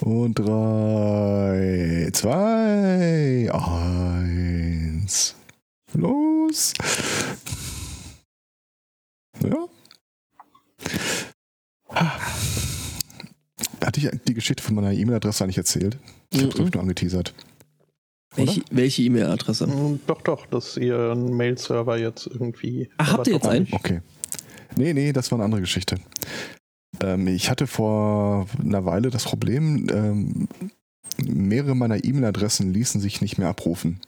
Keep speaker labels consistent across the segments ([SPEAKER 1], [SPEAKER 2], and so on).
[SPEAKER 1] Und drei, zwei, eins. Los! Ja. Ah. Hatte ich die Geschichte von meiner E-Mail-Adresse eigentlich erzählt? Ich habe
[SPEAKER 2] Mhm.
[SPEAKER 1] es nur angeteasert.
[SPEAKER 2] Welche, welche E-Mail-Adresse?
[SPEAKER 3] Mm, Doch, doch, dass ihr einen Mail-Server jetzt irgendwie.
[SPEAKER 2] Ach, habt ihr jetzt
[SPEAKER 3] doch
[SPEAKER 2] einen?
[SPEAKER 3] nicht.
[SPEAKER 1] Okay. Nee, nee, das war eine andere Geschichte. Ähm, ich hatte vor einer Weile das Problem, ähm, mehrere meiner E-Mail-Adressen ließen sich nicht mehr abrufen.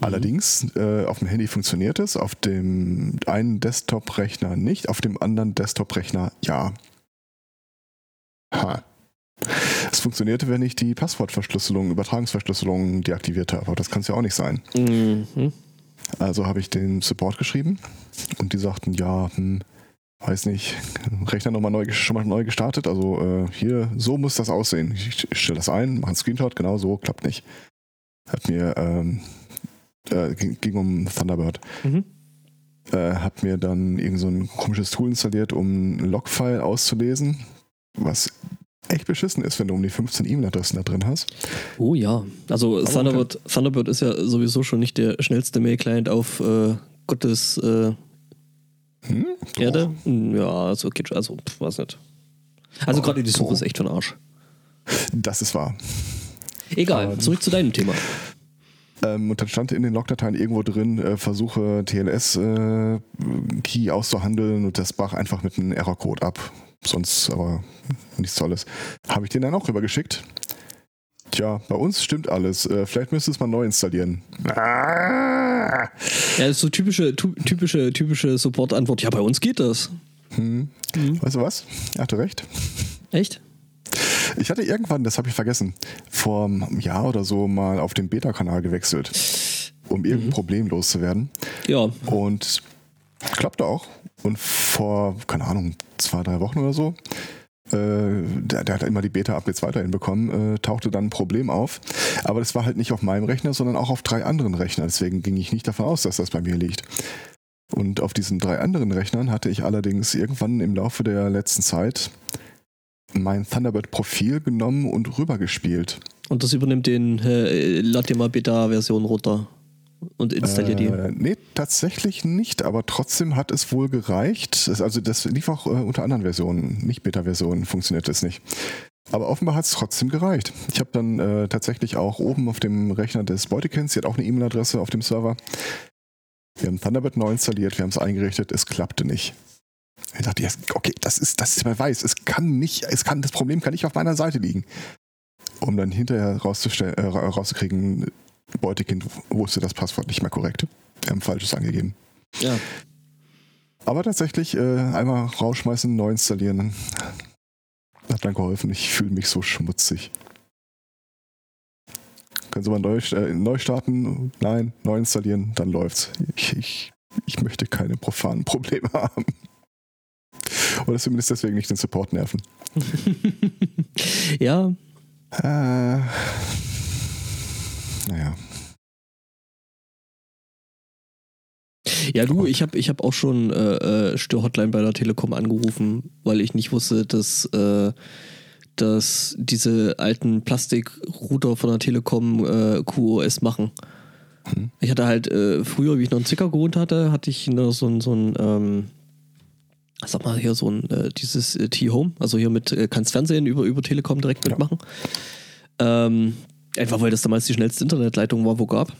[SPEAKER 1] Allerdings, äh, auf dem Handy funktioniert es, auf dem einen Desktop-Rechner nicht, auf dem anderen Desktop-Rechner ja. Ha. Es funktionierte, wenn ich die Passwortverschlüsselung, Übertragungsverschlüsselung deaktivierte, aber das kann es ja auch nicht sein.
[SPEAKER 2] Mhm.
[SPEAKER 1] Also habe ich den Support geschrieben und die sagten, ja, hm, weiß nicht, Rechner nochmal neu, schon mal neu gestartet, also äh, hier, so muss das aussehen. Ich stelle das ein, mache einen Screenshot, genau so, klappt nicht. Hat mir, ähm, äh, ging, ging um Thunderbird,
[SPEAKER 2] Mhm.
[SPEAKER 1] äh, hat mir dann irgend so ein komisches Tool installiert, um ein Logfile auszulesen, was echt beschissen ist, wenn du um die 15 E-Mail-Adressen da drin hast.
[SPEAKER 2] Oh ja. Also
[SPEAKER 1] okay.
[SPEAKER 2] Thunderbird, Thunderbird ist ja sowieso schon nicht der schnellste Mail-Client auf äh, Gottes äh,
[SPEAKER 1] Hm?
[SPEAKER 2] Erde. Hm, Ja, also, okay, also pff, weiß nicht. Also
[SPEAKER 1] Doch.
[SPEAKER 2] gerade die Suche
[SPEAKER 1] Doch.
[SPEAKER 2] ist echt von Arsch.
[SPEAKER 1] Das ist wahr.
[SPEAKER 2] Egal,
[SPEAKER 1] Ähm.
[SPEAKER 2] zurück zu deinem Thema.
[SPEAKER 1] Ähm, und dann stand in den Logdateien irgendwo drin, äh, versuche TLS-Key äh, auszuhandeln und das brach einfach mit einem Errorcode ab. Sonst aber nichts Tolles. Habe ich den dann auch rübergeschickt? Tja, bei uns stimmt alles. Äh, vielleicht müsste es mal neu installieren. Ah!
[SPEAKER 2] Ja, ist so typische, tu, typische, typische Support-Antwort. Ja, bei uns geht das. Mhm.
[SPEAKER 1] Hm. Weißt du was? Er hatte recht.
[SPEAKER 2] Echt?
[SPEAKER 1] Ich hatte irgendwann, das habe ich vergessen, vor einem Jahr oder so mal auf den Beta-Kanal gewechselt, um irgendein Problem loszuwerden.
[SPEAKER 2] Ja.
[SPEAKER 1] Und klappte auch. Und vor, keine Ahnung, zwei, drei Wochen oder so, äh, der, der hat immer die Beta-Updates weiterhin bekommen, äh, tauchte dann ein Problem auf. Aber das war halt nicht auf meinem Rechner, sondern auch auf drei anderen Rechnern. Deswegen ging ich nicht davon aus, dass das bei mir liegt. Und auf diesen drei anderen Rechnern hatte ich allerdings irgendwann im Laufe der letzten Zeit mein Thunderbird-Profil genommen und rübergespielt.
[SPEAKER 2] Und das übernimmt den äh, lad dir mal Beta-Version runter und installiert die.
[SPEAKER 1] Äh, nee, tatsächlich nicht, aber trotzdem hat es wohl gereicht. Es- Also das lief auch äh, unter anderen Versionen, nicht Beta-Versionen funktioniert es nicht. Aber offenbar hat es trotzdem gereicht. Ich habe dann äh, tatsächlich auch oben auf dem Rechner des Beutekens, die hat auch eine E-Mail-Adresse auf dem Server. Wir haben Thunderbird neu installiert, wir haben es eingerichtet, es klappte nicht. Ich dachte, erst, okay, das ist, das ist der Beweis. Es kann nicht, es kann, das Problem kann nicht auf meiner Seite liegen. Um dann hinterher rauszustellen, äh, rauszukriegen, Beutekind wusste das Passwort nicht mehr korrekt. Wir haben falsches angegeben.
[SPEAKER 2] Ja.
[SPEAKER 1] Aber tatsächlich äh, einmal rausschmeißen, neu installieren. Hat dann geholfen. Ich fühle mich so schmutzig. Können Sie mal neu, äh, neu starten? Nein, neu installieren, dann läuft's. Ich, ich, ich möchte keine profanen Probleme haben. Oder zumindest deswegen nicht den Support nerven.
[SPEAKER 2] ja,
[SPEAKER 1] Äh, naja.
[SPEAKER 2] Ja, du, ich habe ich hab auch schon äh, äh, Störhotline bei der Telekom angerufen, weil ich nicht wusste, dass, äh, dass diese alten Plastikrouter von der Telekom äh, QoS machen.
[SPEAKER 1] Hm.
[SPEAKER 2] Ich hatte halt äh, früher, wie ich noch in Zicker gewohnt hatte, hatte ich noch so ein, so ein ähm, sag mal hier so ein, äh, dieses äh, T-Home, also hier mit äh, kannst Fernsehen über, über Telekom direkt
[SPEAKER 1] Ja.
[SPEAKER 2] mitmachen. Ähm, einfach weil das damals die schnellste Internetleitung war, wo gab.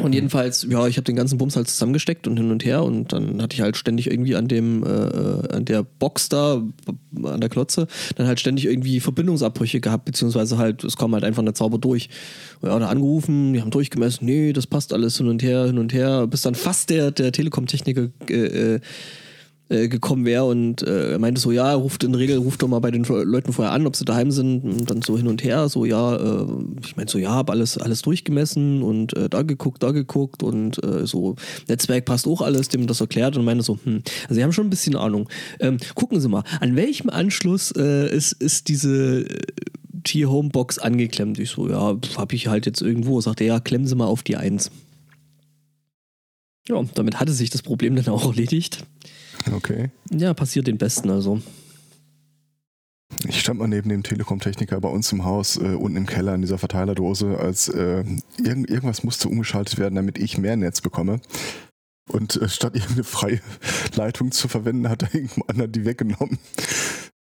[SPEAKER 2] Und jedenfalls, ja, ich habe den ganzen Bums halt zusammengesteckt und hin und her und dann hatte ich halt ständig irgendwie an dem, äh, äh, an der Box da, b- an der Klotze, dann halt ständig irgendwie Verbindungsabbrüche gehabt, beziehungsweise halt, es kam halt einfach der Zauber durch. Und ja, da angerufen, die haben durchgemessen, nee, das passt alles hin und her, hin und her, bis dann fast der, der Telekom-Techniker äh, äh, äh, gekommen wäre und äh, er meinte so, ja, ruft in der Regel, ruft doch mal bei den Fre- Leuten vorher an, ob sie daheim sind und dann so hin und her, so ja, äh, ich meinte so, ja, hab alles, alles durchgemessen und äh, da geguckt, da geguckt und äh, so, Netzwerk passt auch alles, dem das erklärt und meinte so, hm, also sie haben schon ein bisschen Ahnung. Ähm, gucken Sie mal, an welchem Anschluss äh, ist, ist diese äh, T-Home-Box angeklemmt? Ich so, ja, pf, hab ich halt jetzt irgendwo, sagt er, ja, klemmen Sie mal auf die Eins. Ja, damit hatte sich das Problem dann auch erledigt.
[SPEAKER 1] Okay.
[SPEAKER 2] Ja, passiert den Besten also.
[SPEAKER 1] Ich stand mal neben dem Telekom-Techniker bei uns im Haus, äh, unten im Keller in dieser Verteilerdose, als äh, irgend, irgendwas musste umgeschaltet werden, damit ich mehr Netz bekomme. Und äh, statt irgendeine freie Leitung zu verwenden, hat er irgendeinem anderen die weggenommen.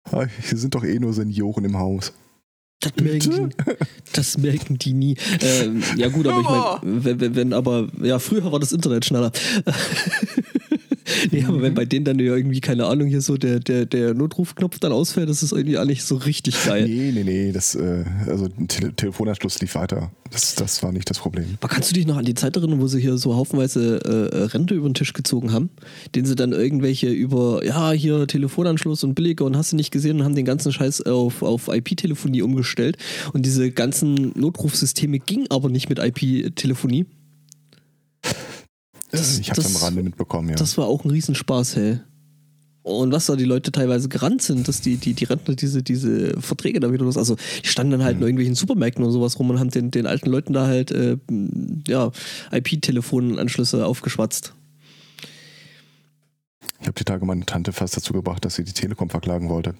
[SPEAKER 1] Ah, Hier sind doch eh nur Senioren im Haus.
[SPEAKER 2] Das merken, die, das merken die nie. Ähm, ja gut, aber ich meine, wenn, wenn, wenn aber, ja, früher war das Internet schneller. nee, aber wenn bei denen dann ja irgendwie, keine Ahnung, hier so der, der, der Notrufknopf dann ausfällt, das ist irgendwie eigentlich so richtig geil.
[SPEAKER 1] Nee, nee, nee, das, äh, also Tele Telefonanschluss lief weiter. Das, das war nicht das Problem.
[SPEAKER 2] Aber kannst du dich noch an die Zeit erinnern, wo sie hier so haufenweise äh, äh, Rente über den Tisch gezogen haben, den sie dann irgendwelche über, ja, hier Telefonanschluss und billiger und hast du nicht gesehen und haben den ganzen Scheiß auf, auf IP-Telefonie umgestellt und diese ganzen Notrufsysteme gingen aber nicht mit IP-Telefonie. Das-
[SPEAKER 1] ich habe es am
[SPEAKER 2] das-
[SPEAKER 1] Rande mitbekommen, ja.
[SPEAKER 2] Das war auch ein Riesenspaß, hey. Und was da die Leute teilweise gerannt sind, dass die, die, die Rentner diese, diese Verträge da wieder los. Also die standen dann halt in irgendwelchen Supermärkten oder sowas rum und haben den, den alten Leuten da halt äh, ja, IP-Telefonanschlüsse aufgeschwatzt.
[SPEAKER 1] Ich habe die Tage meine Tante fast dazu gebracht, dass sie die Telekom verklagen wollte.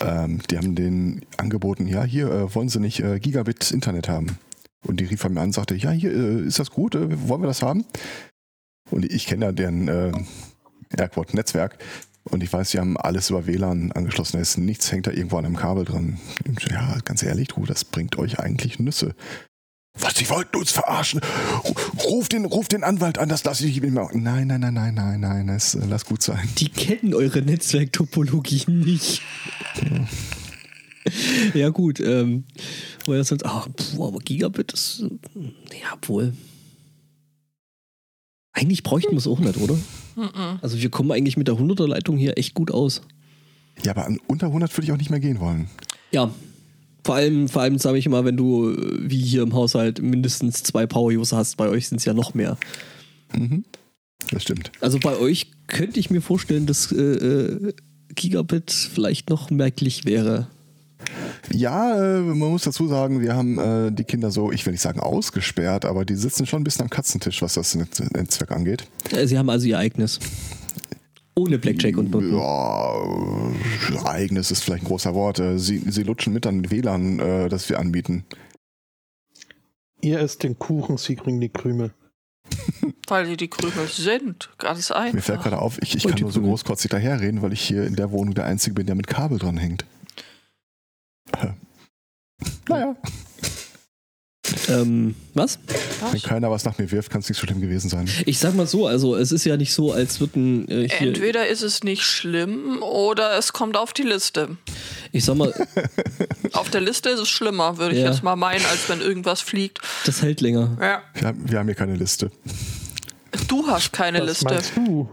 [SPEAKER 1] Ähm, die haben denen angeboten, ja, hier äh, wollen sie nicht äh, Gigabit Internet haben. Und die rief bei mir an und sagte, ja, hier äh, ist das gut, äh, wollen wir das haben? Und ich kenne ja deren äh, Airquad Netzwerk und ich weiß, die haben alles über WLAN angeschlossen. Da ist nichts hängt da irgendwo an einem Kabel dran. Und ja, ganz ehrlich, du, das bringt euch eigentlich Nüsse. Was, die wollten uns verarschen? Ru- Ruf den, ruf den Anwalt an, das lasse ich nicht mehr. machen. Nein, nein, nein, nein, nein, nein, das, äh, lass gut sein.
[SPEAKER 2] Die kennen eure Netzwerktopologie nicht. ja, gut. Ähm, weil das sonst, ah, puh, aber Gigabit ist. äh, Ja, wohl. Eigentlich bräuchten wir es auch nicht, oder?
[SPEAKER 4] Mhm.
[SPEAKER 2] Also wir kommen eigentlich mit der 100er Leitung hier echt gut aus.
[SPEAKER 1] Ja, aber an unter 100 würde ich auch nicht mehr gehen wollen.
[SPEAKER 2] Ja. Vor allem, vor allem sage ich mal, wenn du äh, wie hier im Haushalt mindestens zwei Power-User hast, bei euch sind es ja noch mehr.
[SPEAKER 1] Mhm. Das stimmt.
[SPEAKER 2] Also bei euch könnte ich mir vorstellen, dass äh, äh, Gigabit vielleicht noch merklich wäre.
[SPEAKER 1] Ja, äh, man muss dazu sagen, wir haben äh, die Kinder so, ich will nicht sagen ausgesperrt, aber die sitzen schon ein bisschen am Katzentisch, was das Netz Netzwerk angeht.
[SPEAKER 2] Äh, Sie haben also ihr eigenes. Ohne Blackjack und Nutten.
[SPEAKER 1] Ja, äh, eigenes ist vielleicht ein großer Wort. Äh, Sie, sie lutschen mit an WLAN, äh, das wir anbieten.
[SPEAKER 3] Ihr esst den Kuchen, sie kriegen die Krümel.
[SPEAKER 4] Weil die die Krümel sind. Ganz einfach.
[SPEAKER 1] Mir fällt gerade auf, ich, ich
[SPEAKER 2] Und
[SPEAKER 1] kann
[SPEAKER 2] die
[SPEAKER 1] nur so
[SPEAKER 2] Krümel.
[SPEAKER 1] großkotzig daherreden, weil ich hier in der Wohnung der Einzige bin, der mit Kabel dran hängt. Äh, Naja,
[SPEAKER 2] Ähm, was?
[SPEAKER 1] wenn
[SPEAKER 4] Was?
[SPEAKER 1] keiner was nach mir wirft, kann es nicht so schlimm gewesen sein.
[SPEAKER 2] Ich sag mal so, also es ist ja nicht so, als würden äh, hier,
[SPEAKER 4] Entweder ist es nicht schlimm oder es kommt auf die Liste.
[SPEAKER 2] ich sag mal,
[SPEAKER 4] Auf der Liste ist es schlimmer, würde ich
[SPEAKER 2] Ja.
[SPEAKER 4] jetzt mal meinen, als wenn irgendwas fliegt.
[SPEAKER 2] das hält länger.
[SPEAKER 4] Ja.
[SPEAKER 1] Wir haben, wir haben hier keine Liste.
[SPEAKER 4] Du hast keine
[SPEAKER 3] Was
[SPEAKER 4] Liste.
[SPEAKER 3] meinst du?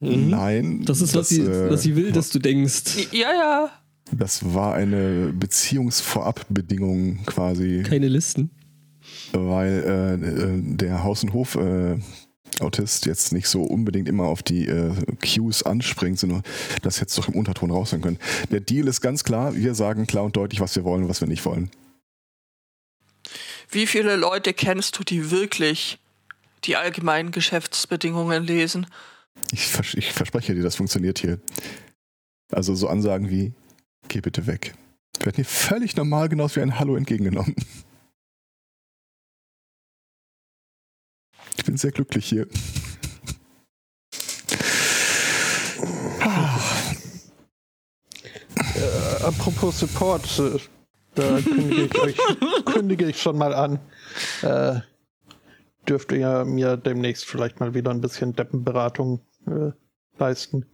[SPEAKER 1] Nein.
[SPEAKER 2] Mhm. Das ist, was, sie,
[SPEAKER 1] äh,
[SPEAKER 2] was sie will, dass du denkst.
[SPEAKER 4] Ja, ja.
[SPEAKER 1] Das war eine Beziehungsvorabbedingung quasi,
[SPEAKER 2] Keine Listen.
[SPEAKER 1] weil äh, äh, der Haus- und Hof-Autist jetzt nicht so unbedingt immer auf die äh, Cues anspringt, sondern das hättest du doch im Unterton raushören können. Der Deal ist ganz klar, wir sagen klar und deutlich, was wir wollen und was wir nicht wollen.
[SPEAKER 4] Wie viele Leute kennst du, die wirklich die allgemeinen Geschäftsbedingungen lesen?
[SPEAKER 1] Ich, vers ich verspreche dir, das funktioniert hier. Also so Ansagen wie, geh bitte weg. Werden hier völlig normal genauso wie ein Hallo entgegengenommen. Ich bin sehr glücklich hier. Ah,
[SPEAKER 3] Äh, apropos Support, äh, da kündige ich, euch, kündige ich schon mal an. Äh, dürft ihr mir demnächst vielleicht mal wieder ein bisschen Deppenberatung äh, leisten?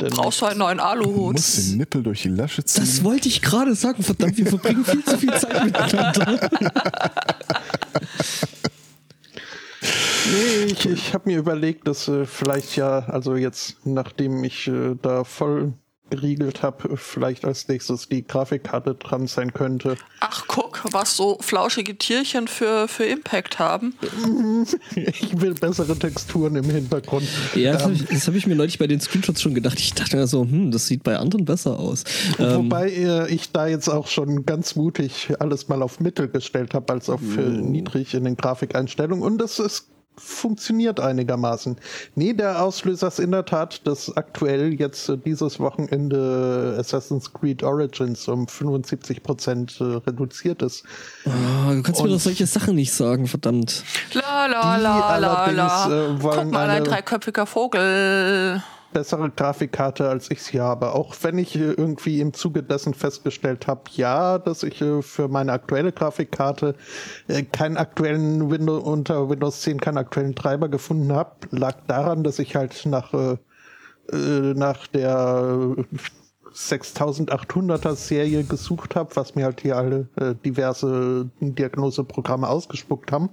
[SPEAKER 3] Denn
[SPEAKER 4] Brauchst du einen neuen
[SPEAKER 1] Du
[SPEAKER 4] Aluhut?
[SPEAKER 1] musst den Nippel durch die Lasche ziehen.
[SPEAKER 2] Das wollte ich gerade sagen. Verdammt, wir verbringen viel zu viel Zeit miteinander.
[SPEAKER 3] Nee, ich, ich habe mir überlegt, dass äh, vielleicht ja, also jetzt, nachdem ich äh, da voll geriegelt habe, vielleicht als nächstes die Grafikkarte dran sein könnte.
[SPEAKER 4] Ach, guck, was so flauschige Tierchen für, für Impact haben.
[SPEAKER 3] Ich will bessere Texturen im Hintergrund.
[SPEAKER 2] Ja, das habe ich, das hab ich mir neulich bei den Screenshots schon gedacht. Ich dachte mir so, hm, das sieht bei anderen besser aus. Ähm,
[SPEAKER 3] Wobei äh, ich da jetzt auch schon ganz mutig alles mal auf Mittel gestellt habe, als auf äh, niedrig in den Grafikeinstellungen. Und das ist funktioniert einigermaßen. Nee, der Auslöser ist in der Tat, dass aktuell jetzt äh, dieses Wochenende Assassin's Creed Origins um 75% äh, reduziert ist.
[SPEAKER 2] Ah, du kannst mir
[SPEAKER 3] Und-
[SPEAKER 2] doch solche Sachen nicht sagen, verdammt.
[SPEAKER 4] La la
[SPEAKER 3] Die
[SPEAKER 4] la la la.
[SPEAKER 3] allerdings, äh, wollen
[SPEAKER 4] Guck mal, ein
[SPEAKER 3] eine-
[SPEAKER 4] dreiköpfiger Vogel.
[SPEAKER 3] bessere Grafikkarte, als ich sie habe. Auch wenn ich äh, irgendwie im Zuge dessen festgestellt habe, ja, dass ich äh, für meine aktuelle Grafikkarte äh, keinen aktuellen Windows unter Windows 10 keinen aktuellen Treiber gefunden habe, lag daran, dass ich halt nach äh, äh, nach der äh, 6800er Serie gesucht habe, was mir halt hier alle äh, diverse Diagnoseprogramme ausgespuckt haben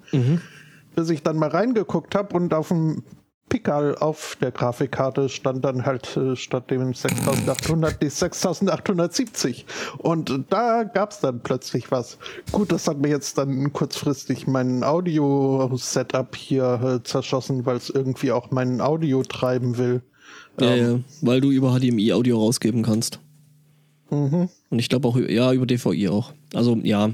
[SPEAKER 3] bis ich dann mal reingeguckt habe und auf dem Pickerl auf der Grafikkarte stand dann halt äh, statt dem 6800 die 6870. Und da gab es dann plötzlich was. Gut, das hat mir jetzt dann kurzfristig mein Audio-Setup hier äh, zerschossen, weil es irgendwie auch mein Audio treiben will.
[SPEAKER 2] Ja, ja,
[SPEAKER 1] Ähm,
[SPEAKER 2] weil du über HDMI Audio rausgeben kannst.
[SPEAKER 1] Mhm.
[SPEAKER 2] Und ich glaube auch, ja, über DVI auch. Also, ja.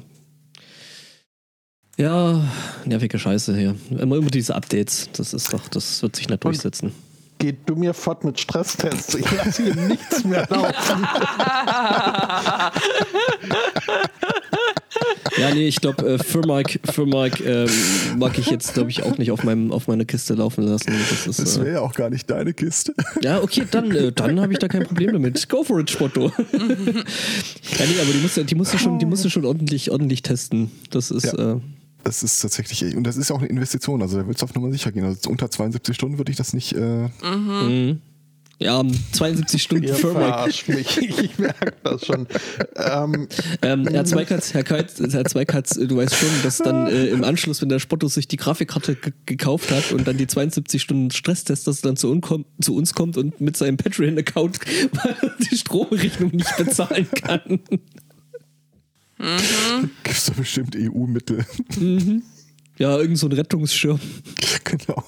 [SPEAKER 2] Ja, nervige Scheiße hier. Immer, immer diese Updates. Das ist doch, das wird sich nicht durchsetzen.
[SPEAKER 3] Geht du mir fort mit Stresstests. Ich lasse hier nichts mehr laufen.
[SPEAKER 2] Ja, nee, ich glaube, äh, Firmark, Firmark ähm, mag ich jetzt, glaube ich, auch nicht auf, meinem, auf meiner Kiste laufen lassen. Das ist,
[SPEAKER 1] Das
[SPEAKER 2] äh,
[SPEAKER 1] wäre ja auch gar nicht deine Kiste.
[SPEAKER 2] Ja, okay, dann, äh, dann habe ich da kein Problem damit. Go for it, Spotto. ja, nee, aber die musst du, die musst du schon, die musst du schon ordentlich, ordentlich testen. Das ist,
[SPEAKER 1] Ja.
[SPEAKER 2] äh,
[SPEAKER 1] Das ist tatsächlich, und das ist auch eine Investition, also da willst du auf Nummer sicher gehen. Also unter 72 Stunden würde ich das nicht. Äh,
[SPEAKER 2] ja, 72 Stunden
[SPEAKER 3] Ihr
[SPEAKER 2] Firmark.
[SPEAKER 3] verarscht mich. Ich merke das schon. ähm,
[SPEAKER 2] Ähm, Herr Zweikatz, Herr, Keitz, Herr Zweikatz, äh, du weißt schon, dass dann äh, im Anschluss, wenn der Spotto sich die Grafikkarte ge- gekauft hat und dann die 72 Stunden Stresstest, dass er dann zu, un kommt, zu uns kommt und mit seinem Patreon-Account die Stromrechnung nicht bezahlen kann.
[SPEAKER 1] Gibt es da bestimmt E EU-Mittel.
[SPEAKER 2] Ja, irgend so ein Rettungsschirm.
[SPEAKER 1] genau.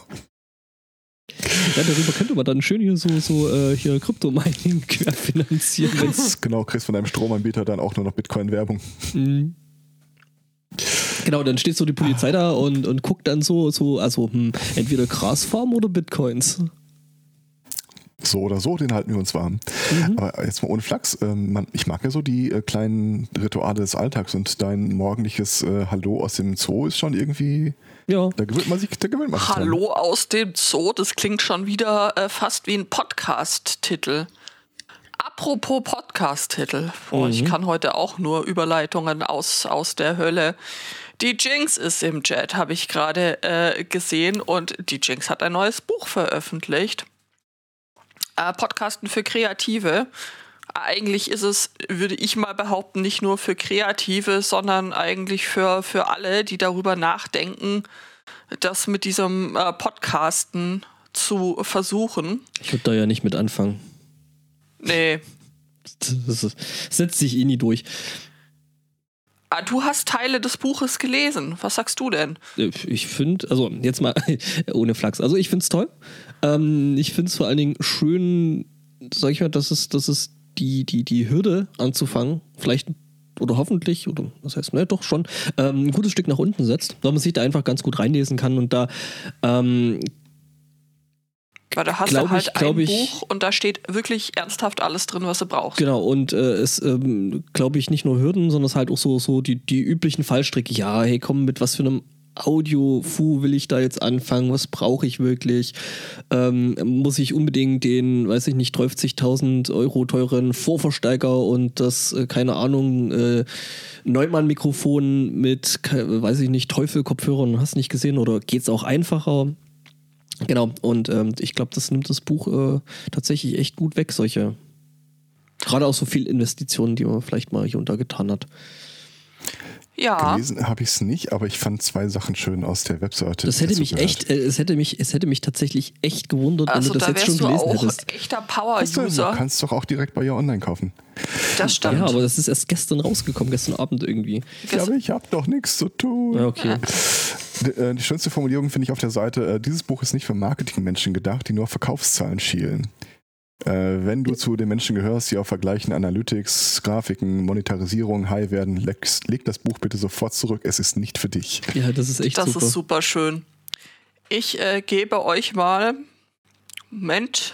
[SPEAKER 2] Ja, darüber könnte man dann schön hier so, so äh, hier Kryptomining querfinanzieren. wenn's-
[SPEAKER 1] Genau, kriegst von deinem Stromanbieter dann auch nur noch Bitcoin-Werbung.
[SPEAKER 2] Mhm. Genau, dann steht so die Polizei da und, und guckt dann so, so also hm, entweder Grasfarm oder Bitcoins.
[SPEAKER 1] So oder so, den halten wir uns warm.
[SPEAKER 2] Mhm.
[SPEAKER 1] Aber jetzt mal ohne Flachs. Ähm, man, ich mag ja so die äh, kleinen Rituale des Alltags und dein morgendliches äh, Hallo aus dem Zoo ist schon irgendwie.
[SPEAKER 2] Ja.
[SPEAKER 1] Da gewöhnt man sich, da gewöhnt man sich dran.
[SPEAKER 4] Hallo aus dem Zoo, das klingt schon wieder äh, fast wie ein Podcast-Titel. Apropos Podcast-Titel. Oh, Ich kann heute auch nur Überleitungen aus, aus der Hölle. Die Jinx ist im Chat, habe ich gerade äh, gesehen. Und die Jinx hat ein neues Buch veröffentlicht. Äh, Podcasten für Kreative. Eigentlich ist es, würde ich mal behaupten, nicht nur für Kreative, sondern eigentlich für, für alle, die darüber nachdenken, das mit diesem äh, Podcasten zu versuchen.
[SPEAKER 2] Ich würde da ja nicht mit anfangen.
[SPEAKER 4] Nee.
[SPEAKER 2] Das ist- setzt sich eh nie durch.
[SPEAKER 4] Ah, du hast Teile des Buches gelesen. Was sagst du denn?
[SPEAKER 2] Äh, Ich finde, also jetzt mal ohne Flachs, also ich finde es toll. Ähm, ich finde es vor allen Dingen schön, sag ich mal, dass es, dass es die, die, die Hürde anzufangen, vielleicht oder hoffentlich, oder was heißt, ne, doch schon, ähm, ein gutes Stück nach unten setzt, weil man sich da einfach ganz gut reinlesen kann und da ähm,
[SPEAKER 4] Weil da hast
[SPEAKER 2] Glaub
[SPEAKER 4] du halt
[SPEAKER 2] ich- glaub
[SPEAKER 4] ein
[SPEAKER 2] ich-
[SPEAKER 4] Buch und da steht wirklich ernsthaft alles drin, was du brauchst.
[SPEAKER 2] Genau, und äh, es, ähm, glaube ich, nicht nur Hürden, sondern es halt auch so, so die, die üblichen Fallstricke. Ja, hey, komm, mit was für einem Audio-Fu will ich da jetzt anfangen? Was brauche ich wirklich? Ähm, muss ich unbedingt den, weiß ich nicht, 30.000 Euro teuren Vorverstärker und das, äh, keine Ahnung, äh, Neumann-Mikrofon mit, ke- weiß ich nicht, Teufel-Kopfhörern, hast nicht gesehen? Oder geht's auch einfacher? Genau, und ähm, ich glaube, das nimmt das Buch äh, tatsächlich echt gut weg, solche Gerade auch so viel Investitionen, die man vielleicht mal hier und da getan hat.
[SPEAKER 4] Ja.
[SPEAKER 1] Gelesen habe ich es nicht, aber ich fand zwei Sachen schön aus der Webseite.
[SPEAKER 2] Das
[SPEAKER 1] die
[SPEAKER 2] hätte
[SPEAKER 1] dazu
[SPEAKER 2] mich
[SPEAKER 1] gehört.
[SPEAKER 2] echt, äh, es hätte mich, es hätte mich tatsächlich echt gewundert, wenn
[SPEAKER 4] Also
[SPEAKER 2] du das
[SPEAKER 4] da
[SPEAKER 2] jetzt schon
[SPEAKER 4] wärst du
[SPEAKER 2] gelesen
[SPEAKER 4] auch
[SPEAKER 2] hättest.
[SPEAKER 4] echter
[SPEAKER 1] Hast du, du
[SPEAKER 4] Power-User.
[SPEAKER 1] kannst doch auch direkt bei ihr online kaufen.
[SPEAKER 4] Das
[SPEAKER 2] Ja,
[SPEAKER 4] stimmt.
[SPEAKER 2] aber das ist erst gestern rausgekommen, gestern Abend irgendwie.
[SPEAKER 1] Ja, aber ich habe doch nichts zu tun.
[SPEAKER 2] Ja, okay.
[SPEAKER 1] D- äh, Die schönste Formulierung finde ich auf der Seite, äh, dieses Buch ist nicht für Marketingmenschen gedacht, die nur auf Verkaufszahlen schielen. Äh, Wenn du zu den Menschen gehörst, die auf Vergleichen, Analytics, Grafiken, Monetarisierung high werden, lex- leg das Buch bitte sofort zurück, es ist nicht für dich.
[SPEAKER 2] Ja, das ist echt
[SPEAKER 4] das
[SPEAKER 2] super.
[SPEAKER 4] ist super schön. Ich äh, gebe euch mal. Moment,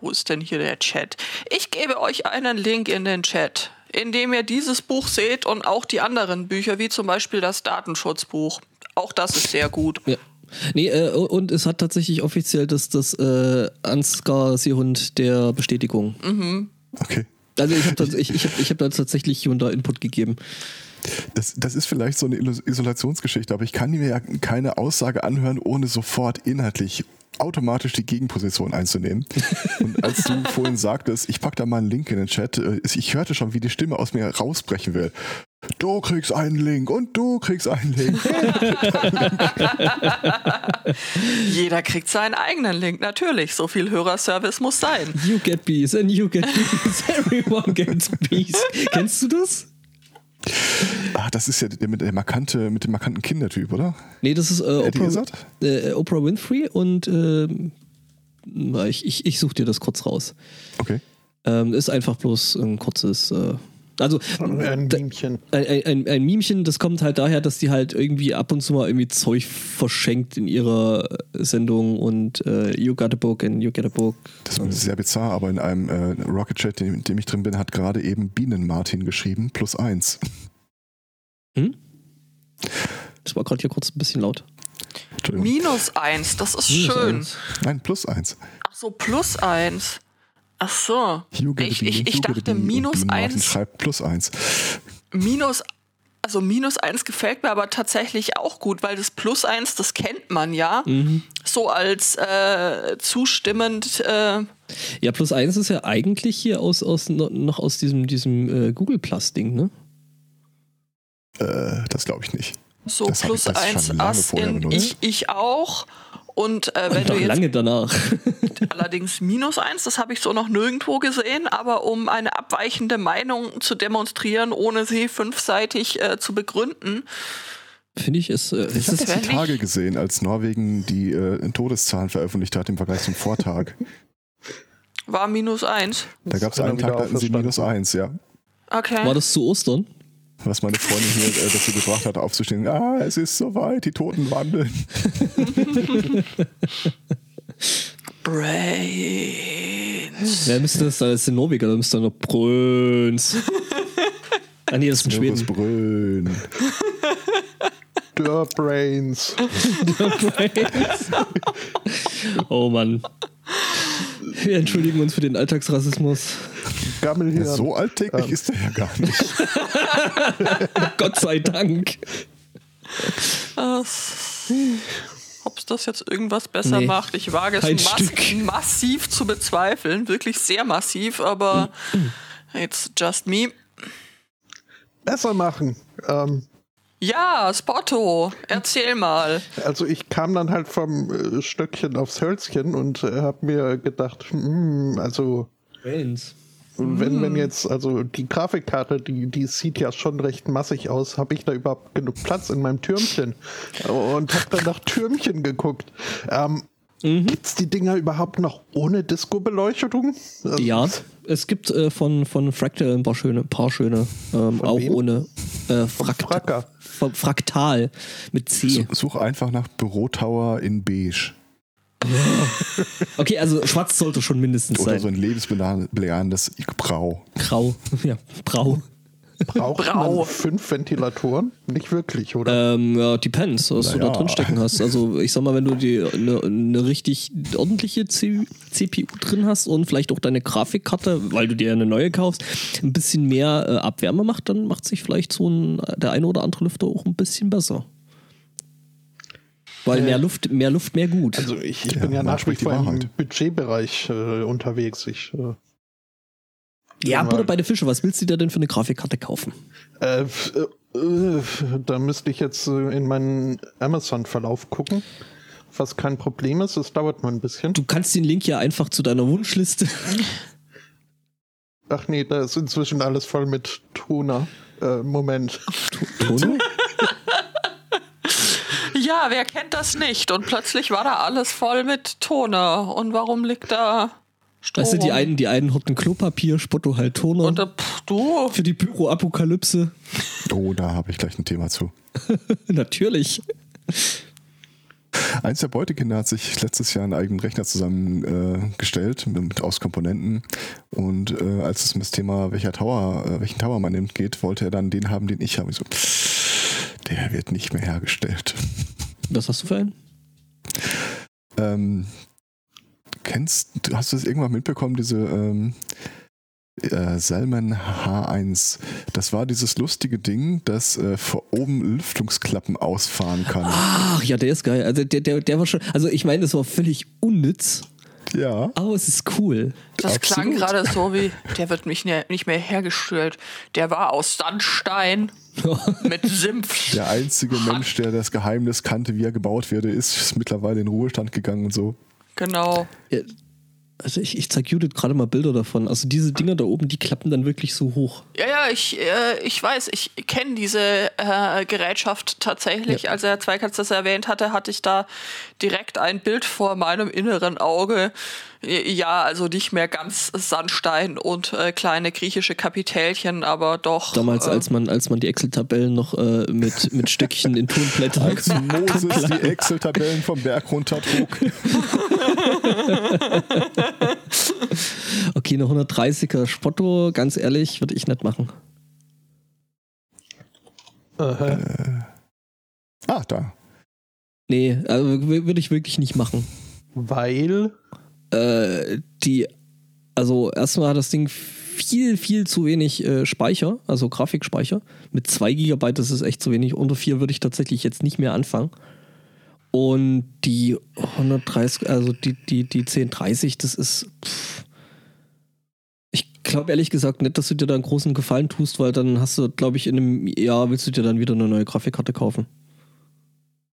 [SPEAKER 4] wo ist denn hier der Chat? Ich gebe euch einen Link in den Chat, in dem ihr dieses Buch seht und auch die anderen Bücher, wie zum Beispiel das Datenschutzbuch. Auch das ist sehr gut.
[SPEAKER 2] Ja. Nee, äh, und es hat tatsächlich offiziell das, das äh, Ansgar Seehund der Bestätigung.
[SPEAKER 4] Mhm.
[SPEAKER 1] Okay.
[SPEAKER 2] Also ich habe ich, ich hab, ich hab da tatsächlich hier und da Input gegeben.
[SPEAKER 1] Das, das ist vielleicht so eine Illus- Isolationsgeschichte, aber ich kann mir ja keine Aussage anhören, ohne sofort inhaltlich automatisch die Gegenposition einzunehmen. Und als du vorhin sagtest, ich pack da mal einen Link in den Chat, äh, ich hörte schon, wie die Stimme aus mir rausbrechen will. Du kriegst einen Link und du kriegst einen Link.
[SPEAKER 4] Jeder kriegt seinen eigenen Link, natürlich. So viel Hörerservice muss sein.
[SPEAKER 2] You get bees and you get bees, everyone gets bees. Kennst du das?
[SPEAKER 1] Ah, das ist ja der mit, der markante, mit dem markanten Kindertyp, oder?
[SPEAKER 2] Nee, das ist äh,
[SPEAKER 1] Eddie
[SPEAKER 2] Oprah,
[SPEAKER 1] Izzard?
[SPEAKER 2] äh, Oprah Winfrey und ähm, na, ich, ich, ich suche dir das kurz raus.
[SPEAKER 1] Okay.
[SPEAKER 2] Ähm, ist einfach bloß ein kurzes. Äh, also
[SPEAKER 3] Ein
[SPEAKER 2] da-
[SPEAKER 3] Bienchen.
[SPEAKER 2] ein, ein, ein, ein Mimchen, das kommt halt daher, dass die halt irgendwie ab und zu mal irgendwie Zeug verschenkt in ihrer äh, Sendung und äh, you got a book and you get a book.
[SPEAKER 1] Das ist sehr bizarr, aber in einem äh, Rocket Chat, in dem ich drin bin, hat gerade eben Bienen-Martin geschrieben, plus eins.
[SPEAKER 2] Hm? Das war gerade hier kurz ein bisschen laut.
[SPEAKER 1] Entschuldigung.
[SPEAKER 4] Minus eins, das ist
[SPEAKER 2] Minus
[SPEAKER 4] schön.
[SPEAKER 2] eins.
[SPEAKER 1] Nein, plus eins.
[SPEAKER 4] Ach so, plus eins. Ach so.
[SPEAKER 1] You get a
[SPEAKER 4] Ich,
[SPEAKER 1] bean,
[SPEAKER 4] ich,
[SPEAKER 1] you
[SPEAKER 4] ich
[SPEAKER 1] get a
[SPEAKER 4] dachte
[SPEAKER 1] bean. Und
[SPEAKER 4] minus
[SPEAKER 1] Bienen Martin
[SPEAKER 4] eins.
[SPEAKER 1] schreibt plus eins.
[SPEAKER 4] Minus, also minus eins gefällt mir aber tatsächlich auch gut, weil das plus eins, das kennt man ja.
[SPEAKER 2] Mhm.
[SPEAKER 4] So als äh, zustimmend. Äh,
[SPEAKER 2] Ja, plus eins ist ja eigentlich hier aus, aus no- noch aus diesem, diesem äh, Google Plus Ding, ne?
[SPEAKER 1] Äh, das glaube ich nicht.
[SPEAKER 4] So
[SPEAKER 1] Das hab
[SPEAKER 4] plus
[SPEAKER 1] ich- das ist
[SPEAKER 4] eins
[SPEAKER 1] schon lange
[SPEAKER 4] Ass
[SPEAKER 1] vorher
[SPEAKER 4] in
[SPEAKER 1] benutzt.
[SPEAKER 4] ich, ich auch. Und äh, wenn
[SPEAKER 2] Und
[SPEAKER 4] du
[SPEAKER 2] auch
[SPEAKER 4] jetzt
[SPEAKER 2] lange danach.
[SPEAKER 4] allerdings minus eins, das habe ich so noch nirgendwo gesehen, aber um eine abweichende Meinung zu demonstrieren, ohne sie fünfseitig äh, zu begründen,
[SPEAKER 2] Finde ich, ist, äh,
[SPEAKER 1] Ich
[SPEAKER 2] ist
[SPEAKER 1] habe
[SPEAKER 2] das
[SPEAKER 1] das die
[SPEAKER 4] völlig-
[SPEAKER 1] Tage gesehen, als Norwegen die äh, Todeszahlen veröffentlicht hat im Vergleich zum Vortag.
[SPEAKER 4] war minus eins.
[SPEAKER 1] Da gab es
[SPEAKER 3] Ist genau
[SPEAKER 1] einen
[SPEAKER 3] wieder
[SPEAKER 1] Tag, da hatten sie
[SPEAKER 3] auferstanden.
[SPEAKER 1] minus eins, ja.
[SPEAKER 4] Okay.
[SPEAKER 2] war das zu Ostern?
[SPEAKER 1] Was meine Freundin hier äh, dazu gebracht hat, aufzustehen. Ah, es ist soweit, die Toten wandeln.
[SPEAKER 4] Brains.
[SPEAKER 2] Wer müsste das dann? Das sind Norweger, da müsste dann noch Bröns. ah, nee, das sind Schweden.
[SPEAKER 1] Brüllen.
[SPEAKER 3] Dörr Brains.
[SPEAKER 2] oh Mann. Wir entschuldigen uns für den Alltagsrassismus.
[SPEAKER 3] Gammelhirn.
[SPEAKER 1] So alltäglich
[SPEAKER 4] ähm,
[SPEAKER 1] ist der ja gar nicht.
[SPEAKER 2] Gott sei Dank.
[SPEAKER 4] Das- Ob Äh, das jetzt irgendwas besser
[SPEAKER 2] Nee.
[SPEAKER 4] macht, ich wage
[SPEAKER 2] Kein
[SPEAKER 4] es mass
[SPEAKER 2] Stück.
[SPEAKER 4] massiv zu bezweifeln. Wirklich sehr massiv, aber it's just me.
[SPEAKER 3] Besser machen. Ähm,
[SPEAKER 4] Ja, Spotto, erzähl mal.
[SPEAKER 3] also ich kam dann halt vom äh, Stöckchen aufs Hölzchen und äh, habe mir gedacht, hm, also
[SPEAKER 2] Bröns.
[SPEAKER 3] wenn, wenn jetzt, also die Grafikkarte, die, die sieht ja schon recht massig aus, habe ich da überhaupt genug Platz in meinem Türmchen? Und habe dann nach Türmchen geguckt. Ähm, Gibt's die Dinger überhaupt noch ohne Disco-Beleuchtung? Ähm,
[SPEAKER 2] Ja, es gibt äh, von, von Fractal ein paar schöne, paar schöne ähm, auch
[SPEAKER 3] wem?
[SPEAKER 2] ohne äh, Frakt
[SPEAKER 3] Fracker.
[SPEAKER 2] Fra- Fraktal mit C.
[SPEAKER 1] Such einfach nach Bürotower in Beige.
[SPEAKER 2] Okay, also schwarz sollte schon mindestens
[SPEAKER 1] Oder
[SPEAKER 2] sein.
[SPEAKER 1] so ein lebensbelehendes Brau.
[SPEAKER 2] Grau. Ja, brau.
[SPEAKER 3] Braucht
[SPEAKER 4] Brau.
[SPEAKER 3] man fünf Ventilatoren? Nicht wirklich, oder?
[SPEAKER 2] Ähm, ja, depends, was du
[SPEAKER 1] Naja.
[SPEAKER 2] da drin stecken hast. Also ich sag mal, wenn du die eine ne richtig ordentliche C CPU drin hast und vielleicht auch deine Grafikkarte, weil du dir eine neue kaufst, ein bisschen mehr äh, Abwärme macht, dann macht sich vielleicht so ein, der eine oder andere Lüfter auch ein bisschen besser. Weil mehr Luft, mehr Luft, mehr gut.
[SPEAKER 3] Also ich, ich
[SPEAKER 1] Ja,
[SPEAKER 3] bin ja
[SPEAKER 1] man
[SPEAKER 3] nach wie
[SPEAKER 1] spricht die
[SPEAKER 3] vor im
[SPEAKER 1] Wahrheit.
[SPEAKER 3] Budgetbereich äh, unterwegs. Ich, äh,
[SPEAKER 2] ja,
[SPEAKER 3] mal-
[SPEAKER 2] Butter bei der Fische, was willst du dir denn für eine Grafikkarte kaufen?
[SPEAKER 3] äh, f- äh, äh, da müsste ich jetzt äh, in meinen Amazon-Verlauf gucken, was kein Problem ist. Es dauert nur ein bisschen.
[SPEAKER 2] Du kannst den Link ja einfach zu deiner Wunschliste.
[SPEAKER 3] Ach nee, da ist inzwischen alles voll mit Toner. Äh, Moment.
[SPEAKER 2] Tono?
[SPEAKER 4] Ja, wer kennt das nicht? Und plötzlich war da alles voll mit Toner. Und warum liegt da Strom?
[SPEAKER 2] Weißt du, die einen, die einen hocken Klopapier, Spotto halt Toner.
[SPEAKER 4] Oh Und äh, pff, du,
[SPEAKER 2] für die Büroapokalypse.
[SPEAKER 1] Oh, da habe ich gleich ein Thema zu.
[SPEAKER 2] Natürlich.
[SPEAKER 1] Eins der Beutekinder hat sich letztes Jahr einen eigenen Rechner zusammengestellt äh, mit, aus Komponenten. Und äh, als es um das Thema, welcher Tower, äh, welchen Tower man nimmt, geht, wollte er dann den haben, den ich habe. Ich so, pff, der wird nicht mehr hergestellt.
[SPEAKER 2] Was hast du für einen?
[SPEAKER 1] Ähm, kennst, hast du das irgendwann mitbekommen, diese ähm, äh, Salman H1? Das war dieses lustige Ding, das äh, vor oben Lüftungsklappen ausfahren kann.
[SPEAKER 2] Ach ja, der ist geil. Also der, der, der war schon. Also ich meine, das war völlig unnütz,
[SPEAKER 1] Ja.
[SPEAKER 2] aber es ist cool.
[SPEAKER 4] Das
[SPEAKER 1] Absolut.
[SPEAKER 4] klang gerade so wie, der wird mich ne, nicht mehr hergestellt. Der war aus Sandstein mit Simpf.
[SPEAKER 1] Der einzige Mensch, der das Geheimnis kannte, wie er gebaut werde, ist mittlerweile in Ruhestand gegangen und so.
[SPEAKER 4] Genau.
[SPEAKER 2] Ja, also ich, ich zeig Judith gerade mal Bilder davon. Also diese Dinger da oben, die klappen dann wirklich so hoch.
[SPEAKER 4] Ja, ja, ich, äh, ich weiß, ich kenne diese äh, Gerätschaft tatsächlich.
[SPEAKER 2] Ja.
[SPEAKER 4] Als Herr Zweikatz das erwähnt hatte, hatte ich da direkt ein Bild vor meinem inneren Auge. Ja, also nicht mehr ganz Sandstein und äh, kleine griechische Kapitälchen, aber doch.
[SPEAKER 2] Damals,
[SPEAKER 4] äh,
[SPEAKER 2] als man, als man die Excel-Tabellen noch äh, mit, mit Stöckchen in Tonblättern.
[SPEAKER 1] Als Moses die Excel-Tabellen vom Berg runtertrug.
[SPEAKER 2] Okay, eine 130er Spotto, ganz ehrlich, würde ich nicht machen.
[SPEAKER 3] Aha.
[SPEAKER 1] Ah, da.
[SPEAKER 2] Nee, also würde ich wirklich nicht machen.
[SPEAKER 3] Weil.
[SPEAKER 2] äh, die, also erstmal hat das Ding viel, viel zu wenig äh, Speicher, also Grafikspeicher. Mit 2 GB ist es echt zu wenig. Unter 4 würde ich tatsächlich jetzt nicht mehr anfangen. Und die 130, also die, die, die 1030, das ist. Pff, ich glaube ehrlich gesagt nicht, dass du dir da einen großen Gefallen tust, weil dann hast du, glaube ich, in einem Jahr willst du dir dann wieder eine neue Grafikkarte kaufen.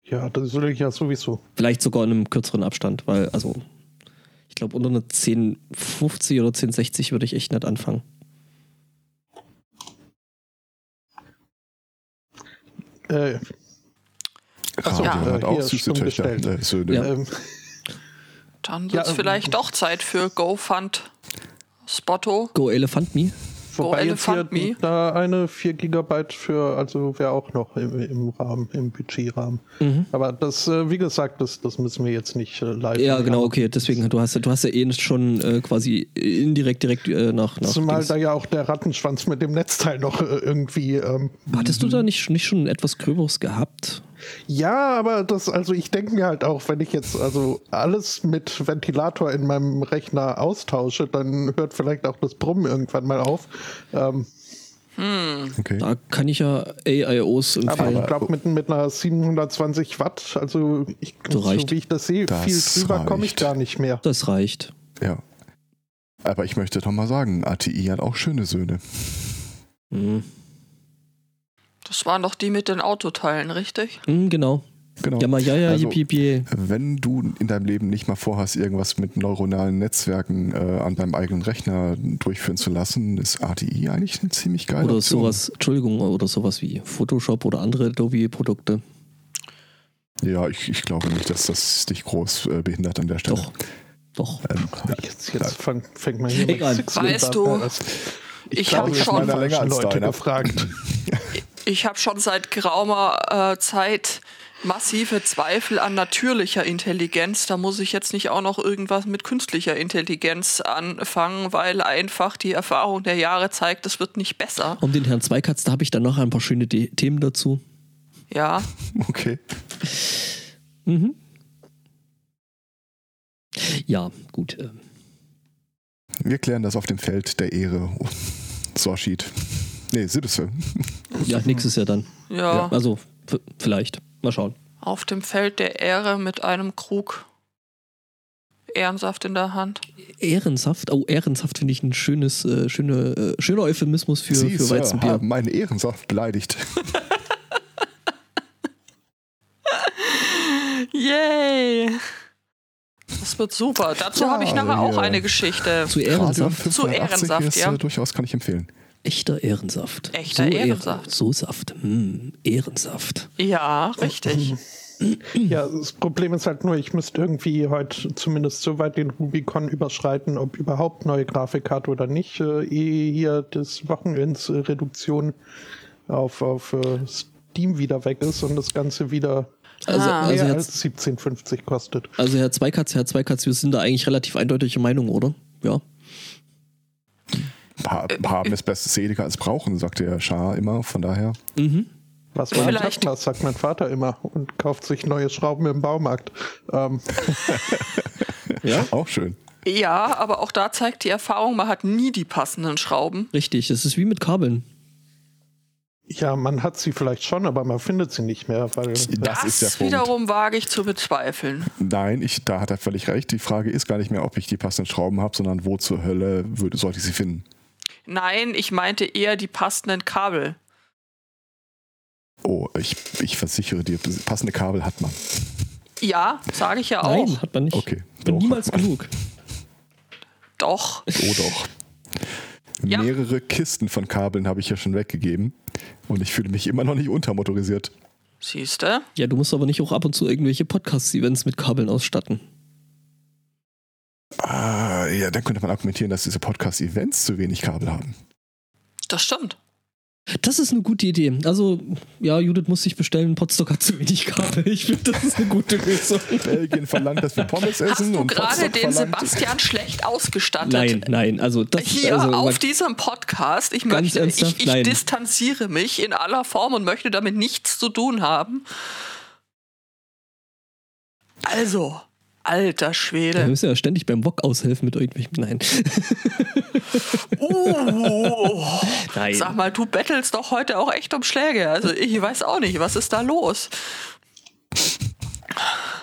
[SPEAKER 3] Ja, das will ich ja sowieso.
[SPEAKER 2] Vielleicht sogar in einem kürzeren Abstand, weil, also, ich glaube, unter einer 1050 oder 1060 würde ich echt nicht anfangen.
[SPEAKER 3] Äh,
[SPEAKER 1] Radio
[SPEAKER 4] ja.
[SPEAKER 1] Ah, hat
[SPEAKER 3] Äh,
[SPEAKER 1] auch
[SPEAKER 3] hier,
[SPEAKER 1] süße
[SPEAKER 3] stumm
[SPEAKER 1] Töchter.
[SPEAKER 3] gestellt.
[SPEAKER 1] Äh, Söhne.
[SPEAKER 2] Ja.
[SPEAKER 3] ähm,
[SPEAKER 4] Dann
[SPEAKER 3] Ja,
[SPEAKER 4] wird es
[SPEAKER 3] ähm,
[SPEAKER 4] vielleicht doch Zeit für GoFund Spotto.
[SPEAKER 2] Go Elephant Me.
[SPEAKER 3] wobei jetzt hier
[SPEAKER 4] Elephant Me.
[SPEAKER 3] da eine 4 Gigabyte für, also wäre auch noch im, im Rahmen, im Budgetrahmen.
[SPEAKER 2] Mhm.
[SPEAKER 3] Aber das, äh, wie gesagt, das, das müssen wir jetzt nicht äh, live.
[SPEAKER 2] Ja,
[SPEAKER 3] machen.
[SPEAKER 2] genau, okay. Deswegen, du hast, ja- du hast ja eh schon äh, quasi indirekt direkt äh, nach. nach
[SPEAKER 3] Zumal
[SPEAKER 2] Dings.
[SPEAKER 3] da ja auch der Rattenschwanz mit dem Netzteil noch äh, irgendwie. Ähm,
[SPEAKER 2] Hattest du da nicht, nicht schon etwas Gröberes gehabt?
[SPEAKER 3] ja, aber das, also ich denke mir halt auch, wenn ich jetzt also alles mit Ventilator in meinem Rechner austausche, dann hört vielleicht auch das Brummen irgendwann mal auf. Ähm,
[SPEAKER 1] Okay.
[SPEAKER 2] Da kann ich ja AIOs
[SPEAKER 3] Aber
[SPEAKER 2] empfehlen.
[SPEAKER 3] ich glaube, mit, mit einer 720 Watt, also ich,
[SPEAKER 2] So reicht.
[SPEAKER 3] so wie ich das sehe,
[SPEAKER 1] Das
[SPEAKER 3] viel drüber komme ich
[SPEAKER 1] reicht.
[SPEAKER 3] gar nicht mehr.
[SPEAKER 2] Das reicht.
[SPEAKER 1] Ja. Aber ich möchte doch mal sagen, ATI hat auch schöne Söhne.
[SPEAKER 2] Mhm.
[SPEAKER 4] Das waren doch die mit den Autoteilen, richtig?
[SPEAKER 2] Mhm, genau.
[SPEAKER 1] Genau.
[SPEAKER 2] Ja, mal, ja, ja,
[SPEAKER 1] Also-
[SPEAKER 2] yippie, yippie.
[SPEAKER 1] Wenn du in deinem Leben nicht mal vorhast, irgendwas mit neuronalen Netzwerken äh, an deinem eigenen Rechner durchführen zu lassen, ist ATI eigentlich eine ziemlich geile
[SPEAKER 2] Oder
[SPEAKER 1] Option.
[SPEAKER 2] sowas, Entschuldigung, oder sowas wie Photoshop oder andere Adobe-Produkte.
[SPEAKER 1] Ja, ich, ich glaube nicht, dass das dich groß äh, behindert an der Stelle.
[SPEAKER 2] Doch. Doch.
[SPEAKER 1] Ähm,
[SPEAKER 3] Jetzt, jetzt fang, fängt man hier
[SPEAKER 2] Egal.
[SPEAKER 3] Six
[SPEAKER 4] Weißt
[SPEAKER 3] Wheels
[SPEAKER 4] du,
[SPEAKER 3] an. Also,
[SPEAKER 4] ich
[SPEAKER 3] glaube,
[SPEAKER 4] hab
[SPEAKER 3] jetzt
[SPEAKER 4] schon-
[SPEAKER 3] haben
[SPEAKER 1] Meiner länger
[SPEAKER 3] falschen
[SPEAKER 1] als
[SPEAKER 3] Leute
[SPEAKER 1] deiner.
[SPEAKER 3] gefragt.
[SPEAKER 4] Ich habe schon seit geraumer äh, Zeit massive Zweifel an natürlicher Intelligenz. Da muss ich jetzt nicht auch noch irgendwas mit künstlicher Intelligenz anfangen, weil einfach die Erfahrung der Jahre zeigt, es wird nicht besser.
[SPEAKER 2] Um den Herrn Zweikatz, da habe ich dann noch ein paar schöne De Themen dazu.
[SPEAKER 4] Ja,
[SPEAKER 1] okay.
[SPEAKER 2] Mhm. Ja, gut. ähm.
[SPEAKER 1] Wir klären das auf dem Feld der Ehre. Oh, Sorschied. Nee, Sibysse.
[SPEAKER 2] Ja, nächstes Jahr dann.
[SPEAKER 4] ja,
[SPEAKER 2] Also, v- vielleicht. Mal schauen.
[SPEAKER 4] Auf dem Feld der Ehre mit einem Krug Ehrensaft in der Hand.
[SPEAKER 2] Ehrensaft. Oh, Ehrensaft finde ich ein schönes, äh, schöne, äh, schöner Euphemismus für,
[SPEAKER 1] Sie,
[SPEAKER 2] für
[SPEAKER 1] Sir,
[SPEAKER 2] Weizenbier.
[SPEAKER 1] haben meinen Ehrensaft beleidigt.
[SPEAKER 4] Yay! Das wird super. Dazu
[SPEAKER 1] Ja,
[SPEAKER 4] habe ich nachher auch
[SPEAKER 1] ja.
[SPEAKER 4] eine Geschichte.
[SPEAKER 2] Zu
[SPEAKER 1] Radio
[SPEAKER 2] Ehrensaft.
[SPEAKER 1] 580
[SPEAKER 4] Zu Ehrensaft,
[SPEAKER 1] ist,
[SPEAKER 4] ja.
[SPEAKER 1] äh, durchaus kann ich empfehlen.
[SPEAKER 2] Echter Ehrensaft.
[SPEAKER 4] Echter
[SPEAKER 2] so
[SPEAKER 4] Ehrensaft.
[SPEAKER 2] Ehren- so Saft. Hm, Ehrensaft.
[SPEAKER 4] Ja, richtig.
[SPEAKER 3] Ja, das Problem ist halt nur, ich müsste irgendwie heute zumindest so weit den Rubicon überschreiten, ob überhaupt neue Grafikkarte oder nicht, äh, ehe hier das Wochenends äh, Reduktion auf, auf äh, Steam wieder weg ist und das Ganze wieder
[SPEAKER 2] Also,
[SPEAKER 4] Ah.
[SPEAKER 2] also,
[SPEAKER 3] Mehr
[SPEAKER 2] Herr,
[SPEAKER 3] als 17,50 kostet.
[SPEAKER 2] also Herr Zweikatz, Herr Zweikatz, wir sind da eigentlich relativ eindeutige Meinung, oder? Ja. Äh,
[SPEAKER 1] Ha haben ist besser seliger als brauchen, sagt der Schah immer. Von daher.
[SPEAKER 3] Was man nicht
[SPEAKER 4] Vielleicht-
[SPEAKER 3] hat, das sagt mein Vater immer und kauft sich neue Schrauben im Baumarkt. Ähm,
[SPEAKER 2] Ja,
[SPEAKER 1] Auch schön.
[SPEAKER 4] Ja, aber auch da zeigt die Erfahrung, man hat nie die passenden Schrauben.
[SPEAKER 2] richtig. Es ist wie mit Kabeln.
[SPEAKER 3] ja, man hat sie vielleicht schon, aber man findet sie nicht mehr, weil
[SPEAKER 1] Das ist der Punkt.
[SPEAKER 4] wiederum wage ich zu bezweifeln.
[SPEAKER 1] Nein, ich, da hat er völlig recht. Die Frage ist gar nicht mehr, ob ich die passenden Schrauben habe, sondern wo zur Hölle würde, sollte ich sie finden.
[SPEAKER 4] Nein, ich meinte eher die passenden Kabel.
[SPEAKER 1] Oh, ich, ich versichere dir, passende Kabel hat man.
[SPEAKER 4] Ja, sage ich ja auch.
[SPEAKER 2] Nein, hat man nicht.
[SPEAKER 1] Okay.
[SPEAKER 2] Bin
[SPEAKER 1] Doch,
[SPEAKER 2] niemals
[SPEAKER 1] hat man.
[SPEAKER 2] genug.
[SPEAKER 4] Doch.
[SPEAKER 1] Oh doch.
[SPEAKER 4] Ja.
[SPEAKER 1] Mehrere Kisten von Kabeln habe ich ja schon weggegeben und ich fühle mich immer noch nicht untermotorisiert.
[SPEAKER 4] Siehste?
[SPEAKER 2] Ja, du musst aber nicht auch ab und zu irgendwelche Podcast-Events mit Kabeln ausstatten.
[SPEAKER 1] Ah, ja, dann könnte man argumentieren, dass diese Podcast-Events zu wenig Kabel haben.
[SPEAKER 4] Das stimmt.
[SPEAKER 2] Das ist eine gute Idee. Also, ja, Judith muss sich bestellen, Potsdok hat zu wenig Kabel. Ich finde, das ist eine gute Lösung.
[SPEAKER 1] Belgien verlangt, dass wir Pommes essen
[SPEAKER 4] Hast du
[SPEAKER 1] und
[SPEAKER 4] gerade
[SPEAKER 1] Potsdok
[SPEAKER 4] den
[SPEAKER 1] verlangt-
[SPEAKER 4] Sebastian schlecht ausgestattet?
[SPEAKER 2] Nein, nein, also das
[SPEAKER 4] Hier
[SPEAKER 2] also,
[SPEAKER 4] auf diesem Podcast, ich
[SPEAKER 2] Ganz
[SPEAKER 4] möchte, ich,
[SPEAKER 2] ernsthaft?
[SPEAKER 4] ich
[SPEAKER 2] Nein.
[SPEAKER 4] distanziere mich in aller Form und möchte damit nichts zu tun haben. Also, alter
[SPEAKER 2] Wir
[SPEAKER 4] Schwede.
[SPEAKER 2] müssen ja ständig beim Wok aushelfen mit irgendwelchen. Nein.
[SPEAKER 4] Uh,
[SPEAKER 2] Nein.
[SPEAKER 4] sag mal, du bettelst doch heute auch echt um Schläge. Also ich weiß auch nicht, was ist da los?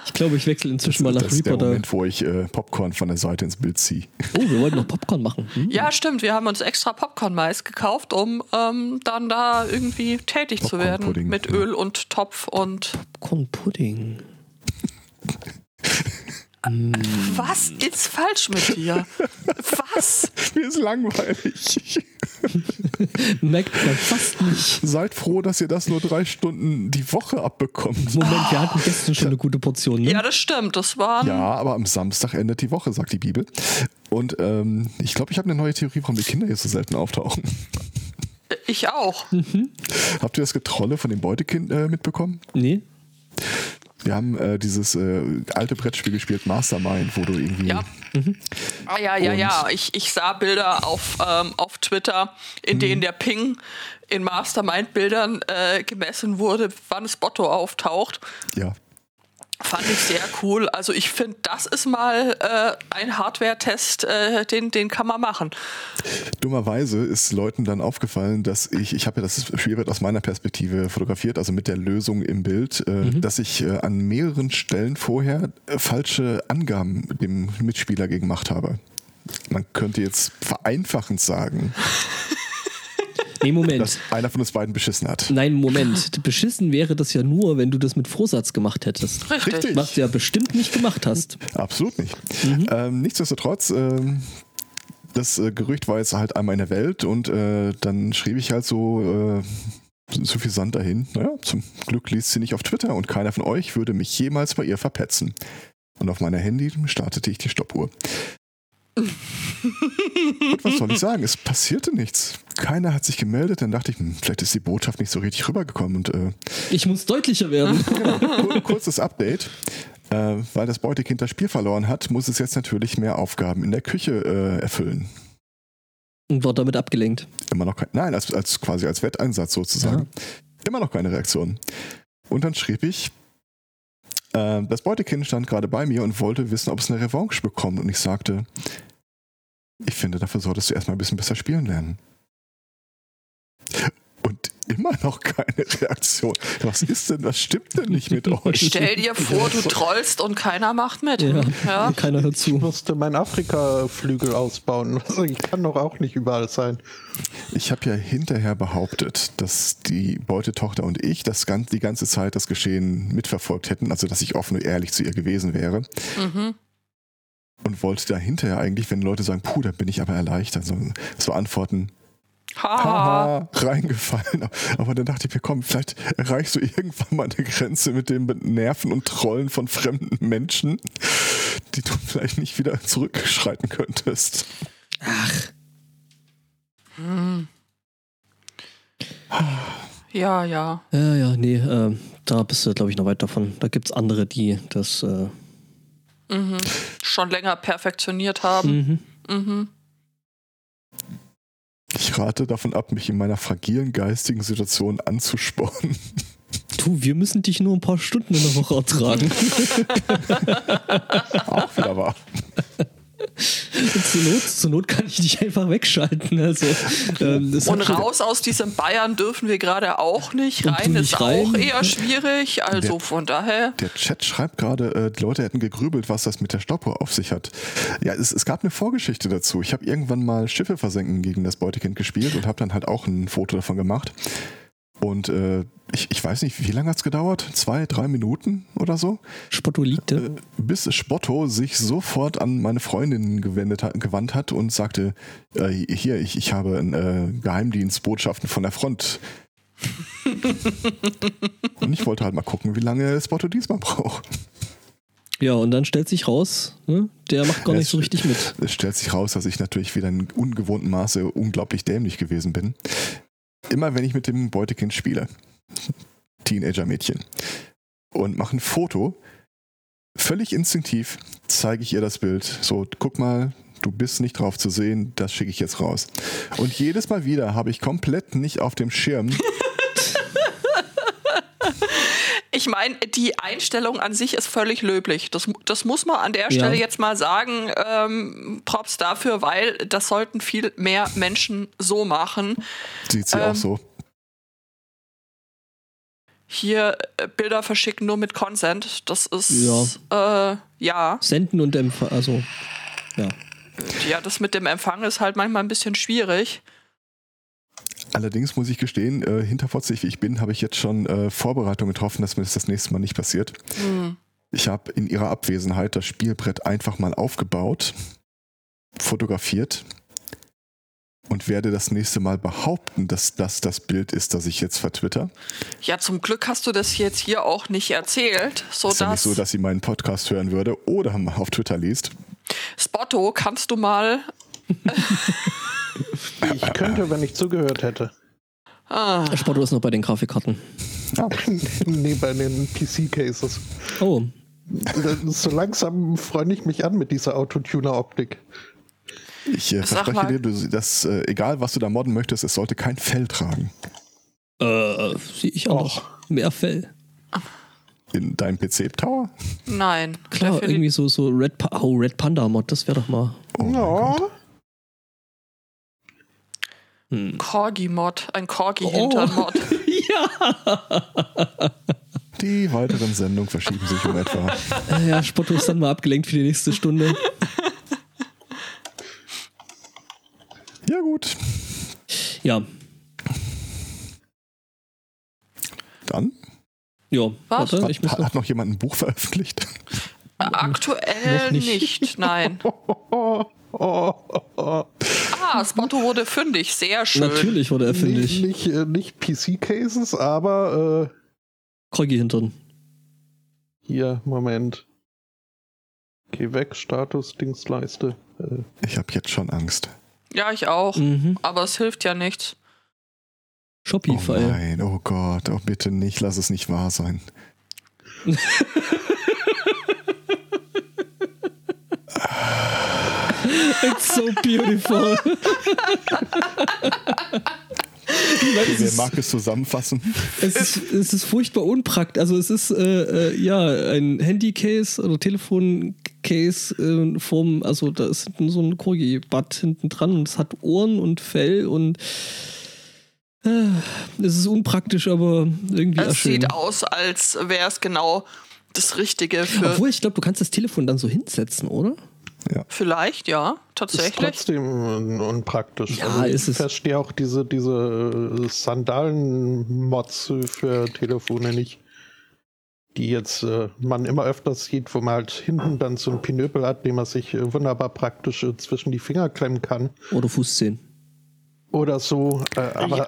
[SPEAKER 2] Ich glaube, ich wechsle inzwischen mal nach
[SPEAKER 1] das ist der
[SPEAKER 2] Reaper.
[SPEAKER 1] Moment, wo ich äh, Popcorn von der Seite ins Bild ziehe.
[SPEAKER 2] Oh, wir wollten noch Popcorn machen. Hm?
[SPEAKER 4] Ja, stimmt, wir haben uns extra Popcorn-Mais gekauft, um ähm, dann da irgendwie tätig zu werden
[SPEAKER 1] Popcorn-Pudding,
[SPEAKER 4] mit
[SPEAKER 1] ja.
[SPEAKER 4] Öl und Topf und
[SPEAKER 2] Popcorn Pudding.
[SPEAKER 4] was ist falsch mit dir? Was?
[SPEAKER 1] Mir ist langweilig.
[SPEAKER 2] Merkt man fast nicht.
[SPEAKER 1] Seid froh, dass ihr das nur drei Stunden die Woche abbekommt.
[SPEAKER 2] Moment, wir hatten gestern schon eine gute Portion, ne?
[SPEAKER 4] Ja, das stimmt. Das waren
[SPEAKER 1] Ja, aber am Samstag endet die Woche, sagt die Bibel. Und ähm, ich glaube, ich habe eine neue Theorie, warum die Kinder hier so selten auftauchen.
[SPEAKER 4] ich auch.
[SPEAKER 1] Habt ihr das Getrolle von dem Beutekind äh, mitbekommen?
[SPEAKER 2] Nee?
[SPEAKER 1] Wir haben äh, dieses äh, alte Brettspiel gespielt, Mastermind, wo du irgendwie.
[SPEAKER 4] Ja. Ah, ja, ja,
[SPEAKER 1] Und-
[SPEAKER 4] ja. Ich, ich sah Bilder auf, ähm, auf Twitter,
[SPEAKER 1] Mhm.
[SPEAKER 4] in denen der Ping in Mastermind-Bildern äh, gemessen wurde, wann das Botto auftaucht.
[SPEAKER 1] ja.
[SPEAKER 4] Fand ich sehr cool. Also ich finde, das ist mal äh, ein Hardware-Test, äh, den, den kann man machen.
[SPEAKER 1] Dummerweise ist Leuten dann aufgefallen, dass ich, ich habe ja das Spielbrett aus meiner Perspektive fotografiert, also mit der Lösung im Bild, äh,
[SPEAKER 4] Mhm.
[SPEAKER 1] dass ich äh, an mehreren Stellen vorher äh, falsche Angaben dem Mitspieler gemacht habe. Man könnte jetzt vereinfachend sagen,
[SPEAKER 2] Nee, Moment.
[SPEAKER 1] dass einer von uns beiden beschissen hat.
[SPEAKER 2] Nein, Moment. Beschissen wäre das ja nur, wenn du das mit Vorsatz gemacht hättest.
[SPEAKER 4] Richtig.
[SPEAKER 1] Richtig.
[SPEAKER 2] Was du ja bestimmt nicht gemacht hast.
[SPEAKER 1] Absolut nicht. Ähm, nichtsdestotrotz, ähm, das äh, Gerücht war jetzt halt einmal in der Welt und äh, dann schrieb ich halt so äh, suffisant dahin. Naja, zum Glück liest sie nicht auf Twitter und keiner von euch würde mich jemals bei ihr verpetzen. Und auf meiner Handy startete ich die Stoppuhr. Und was soll ich sagen? Es passierte nichts. Keiner hat sich gemeldet. Dann dachte ich, hm, vielleicht ist die Botschaft nicht so richtig rübergekommen. Und äh,
[SPEAKER 2] Ich muss deutlicher werden.
[SPEAKER 1] Kur- Kurzes Update. Äh, weil das Beutekind das Spiel verloren hat, muss es jetzt natürlich mehr Aufgaben in der Küche äh, erfüllen.
[SPEAKER 2] Und war damit abgelenkt.
[SPEAKER 1] Immer noch kein, nein, als, als quasi als Wetteinsatz sozusagen. Immer noch keine Reaktion. Und dann schrieb ich, äh, das Beutekind stand gerade bei mir und wollte wissen, ob es eine Revanche bekommt. Und ich sagte, ich finde, dafür solltest du erstmal ein bisschen besser spielen lernen. Und immer noch keine Reaktion. Was ist denn, was stimmt denn nicht mit euch?
[SPEAKER 4] Stell dir vor, du trollst und keiner macht mit.
[SPEAKER 2] Ja.
[SPEAKER 4] Ja.
[SPEAKER 2] Keiner hört
[SPEAKER 3] ich
[SPEAKER 2] zu.
[SPEAKER 3] musste meinen Afrika-Flügel ausbauen. Also ich kann doch auch nicht überall sein.
[SPEAKER 1] Ich habe ja hinterher behauptet, dass die Beutetochter und ich das ganz, die ganze Zeit das Geschehen mitverfolgt hätten, also dass ich offen und ehrlich zu ihr gewesen wäre
[SPEAKER 4] Mhm.
[SPEAKER 1] und wollte da hinterher eigentlich, wenn Leute sagen, puh, da bin ich aber erleichtert, so, so antworten,
[SPEAKER 4] Ah. Haha.
[SPEAKER 1] haha, reingefallen. Aber dann dachte ich mir, komm, vielleicht erreichst du irgendwann mal eine Grenze mit dem Nerven und Trollen von fremden Menschen, die du vielleicht nicht wieder zurückschreiten könntest.
[SPEAKER 4] Ja, ja. Mhm.
[SPEAKER 2] Ja, ja, nee. ähm, Da bist du, glaube ich, noch weit davon. Da gibt es andere, die das. Äh,
[SPEAKER 4] Mhm. Schon länger perfektioniert haben.
[SPEAKER 2] mhm.
[SPEAKER 4] Mhm.
[SPEAKER 1] Ich rate davon ab, mich in meiner fragilen geistigen Situation anzuspornen.
[SPEAKER 2] Du, wir müssen dich nur ein paar Stunden in der Woche ertragen.
[SPEAKER 1] Auch wieder wahr.
[SPEAKER 2] zur, Not, zur Not kann ich dich einfach wegschalten. Also, ähm, das
[SPEAKER 4] Und
[SPEAKER 2] hat schon-
[SPEAKER 4] raus aus diesem Bayern dürfen wir gerade auch nicht.
[SPEAKER 2] Und du
[SPEAKER 4] Rein
[SPEAKER 2] nicht
[SPEAKER 4] ist
[SPEAKER 2] rein?
[SPEAKER 4] auch eher schwierig. Also von daher.
[SPEAKER 1] Der Chat schreibt gerade, äh, die Leute hätten gegrübelt, was das mit der Stoppuhr auf sich hat. Ja, es, es gab eine Vorgeschichte dazu. Ich habe irgendwann mal Schiffe versenken gegen das Beutekind gespielt und habe dann halt auch ein Foto davon gemacht. Und äh, ich, ich weiß nicht, wie lange hat es gedauert? Zwei, drei Minuten oder so?
[SPEAKER 2] Spotolite.
[SPEAKER 1] bis Spotto sich sofort an meine Freundin gewendet hat, gewandt hat und sagte, äh, hier, ich, ich habe ein, äh, Geheimdienstbotschaften von der Front. und ich wollte halt mal gucken, wie lange Spotto diesmal braucht.
[SPEAKER 2] Ja, und dann stellt sich raus, ne? der macht gar
[SPEAKER 1] Ja,
[SPEAKER 2] nicht so
[SPEAKER 1] es-
[SPEAKER 2] richtig mit.
[SPEAKER 1] Es stellt sich raus, dass ich natürlich wieder in ungewohntem Maße unglaublich dämlich gewesen bin. Immer wenn ich mit dem Beutekind spiele, Teenager-Mädchen, und mache ein Foto, völlig instinktiv zeige ich ihr das Bild. So, guck mal, du bist nicht drauf zu sehen, das schicke ich jetzt raus. Und jedes Mal wieder habe ich komplett nicht auf dem Schirm,
[SPEAKER 4] Ich meine, die Einstellung an sich ist völlig löblich. Das, das muss man an der Stelle jetzt mal sagen. Ähm, Props dafür, weil das sollten viel mehr Menschen so machen.
[SPEAKER 1] sieht sie auch
[SPEAKER 4] Ähm,
[SPEAKER 1] so.
[SPEAKER 4] Hier äh, Bilder verschicken nur mit Consent. Das ist Äh, ja.
[SPEAKER 2] Senden und empfangen. Also, ja.
[SPEAKER 4] Ja, das mit dem Empfang ist halt manchmal ein bisschen schwierig.
[SPEAKER 1] Allerdings muss ich gestehen, äh, hinterfotzig wie ich bin, habe ich jetzt schon äh, Vorbereitungen getroffen, dass mir das das nächste Mal nicht passiert.
[SPEAKER 4] Hm.
[SPEAKER 1] Ich habe in ihrer Abwesenheit das Spielbrett einfach mal aufgebaut, fotografiert und werde das nächste Mal behaupten, dass das das Bild ist, das ich jetzt vertwitter.
[SPEAKER 4] Ja, zum Glück hast du das jetzt hier auch nicht erzählt,
[SPEAKER 1] ist ja nicht
[SPEAKER 4] sodass
[SPEAKER 1] so, dass sie meinen Podcast hören würde oder mal auf Twitter liest.
[SPEAKER 4] Spotto kannst du mal.
[SPEAKER 3] Ich könnte, wenn ich zugehört hätte.
[SPEAKER 4] Ah,
[SPEAKER 2] Spotto ist noch bei den Grafikkarten.
[SPEAKER 3] nee, bei den PC-Cases.
[SPEAKER 2] Oh,
[SPEAKER 3] So langsam freue ich mich an mit dieser Autotuner-Optik.
[SPEAKER 1] Ich äh,
[SPEAKER 4] Sag
[SPEAKER 1] verspreche
[SPEAKER 4] mal.
[SPEAKER 1] dir, du, dass äh, egal was du da modden möchtest, es sollte kein Fell tragen
[SPEAKER 2] äh, sehe ich auch noch. Mehr Fell.
[SPEAKER 1] in deinem PC-Tower.
[SPEAKER 4] nein.
[SPEAKER 2] Klar,
[SPEAKER 4] Defini-
[SPEAKER 2] irgendwie so, so Red, pa oh, Red Panda Mod, das wäre doch mal.
[SPEAKER 3] ja.
[SPEAKER 2] Hm.
[SPEAKER 4] Corgi-Mod, ein
[SPEAKER 2] Oh.
[SPEAKER 4] Corgi-Hintern-Mod.
[SPEAKER 2] Ja!
[SPEAKER 1] Die weiteren Sendungen verschieben sich um etwa.
[SPEAKER 2] ja, Spotto ist dann mal abgelenkt für die nächste Stunde.
[SPEAKER 1] Ja gut,
[SPEAKER 2] Ja,
[SPEAKER 1] dann
[SPEAKER 2] ja.
[SPEAKER 4] Was?
[SPEAKER 2] Warte, ich
[SPEAKER 1] hat,
[SPEAKER 2] muss noch.
[SPEAKER 1] hat noch jemand ein Buch veröffentlicht.
[SPEAKER 4] Äh, Aktuell
[SPEAKER 2] Noch nicht.
[SPEAKER 4] nicht. nein.
[SPEAKER 3] Oh, oh, oh.
[SPEAKER 4] Ah, Spotto wurde fündig, sehr schön.
[SPEAKER 2] Natürlich wurde er
[SPEAKER 3] Nicht,
[SPEAKER 2] fündig.
[SPEAKER 3] nicht, äh, nicht PC-Cases, aber äh,
[SPEAKER 2] Korgi hintern.
[SPEAKER 3] hier, Moment. Geh weg, Status, Dingsleiste. Äh,
[SPEAKER 1] Ich habe jetzt schon Angst.
[SPEAKER 4] Ja, ich auch.
[SPEAKER 2] Mhm.
[SPEAKER 4] Aber es hilft ja nichts.
[SPEAKER 1] Oh
[SPEAKER 2] Shopify.
[SPEAKER 1] nein, oh Gott, oh bitte nicht, lass es nicht wahr sein.
[SPEAKER 2] It's so beautiful. Ich meine, es,
[SPEAKER 1] Wer
[SPEAKER 2] ist,
[SPEAKER 1] mag es zusammenfassen?
[SPEAKER 2] es, ist, es ist furchtbar unpraktisch. Also es ist äh, äh, ja ein Handycase oder Telefoncase äh, in Form, also da ist hinten so ein Korgi-Bad hinten dran und es hat Ohren und Fell und äh, es ist unpraktisch, aber irgendwie auch
[SPEAKER 4] es
[SPEAKER 2] schön.
[SPEAKER 4] sieht aus, als wäre es genau das Richtige für.
[SPEAKER 2] Obwohl, ich glaube, du kannst das Telefon dann so hinsetzen, oder?
[SPEAKER 4] Vielleicht, ja,
[SPEAKER 3] ist
[SPEAKER 4] tatsächlich.
[SPEAKER 3] trotzdem äh, unpraktisch.
[SPEAKER 2] Ja,
[SPEAKER 3] ich
[SPEAKER 2] ist es-
[SPEAKER 3] verstehe auch diese, diese äh, Sandalen-Mods für Telefone nicht. Die jetzt äh, man immer öfters sieht, wo man halt hinten dann so einen Pinöpel hat, den man sich äh, wunderbar praktisch äh, zwischen die Finger klemmen kann.
[SPEAKER 2] Oder Fußzehen.
[SPEAKER 3] Oder so. Äh, aber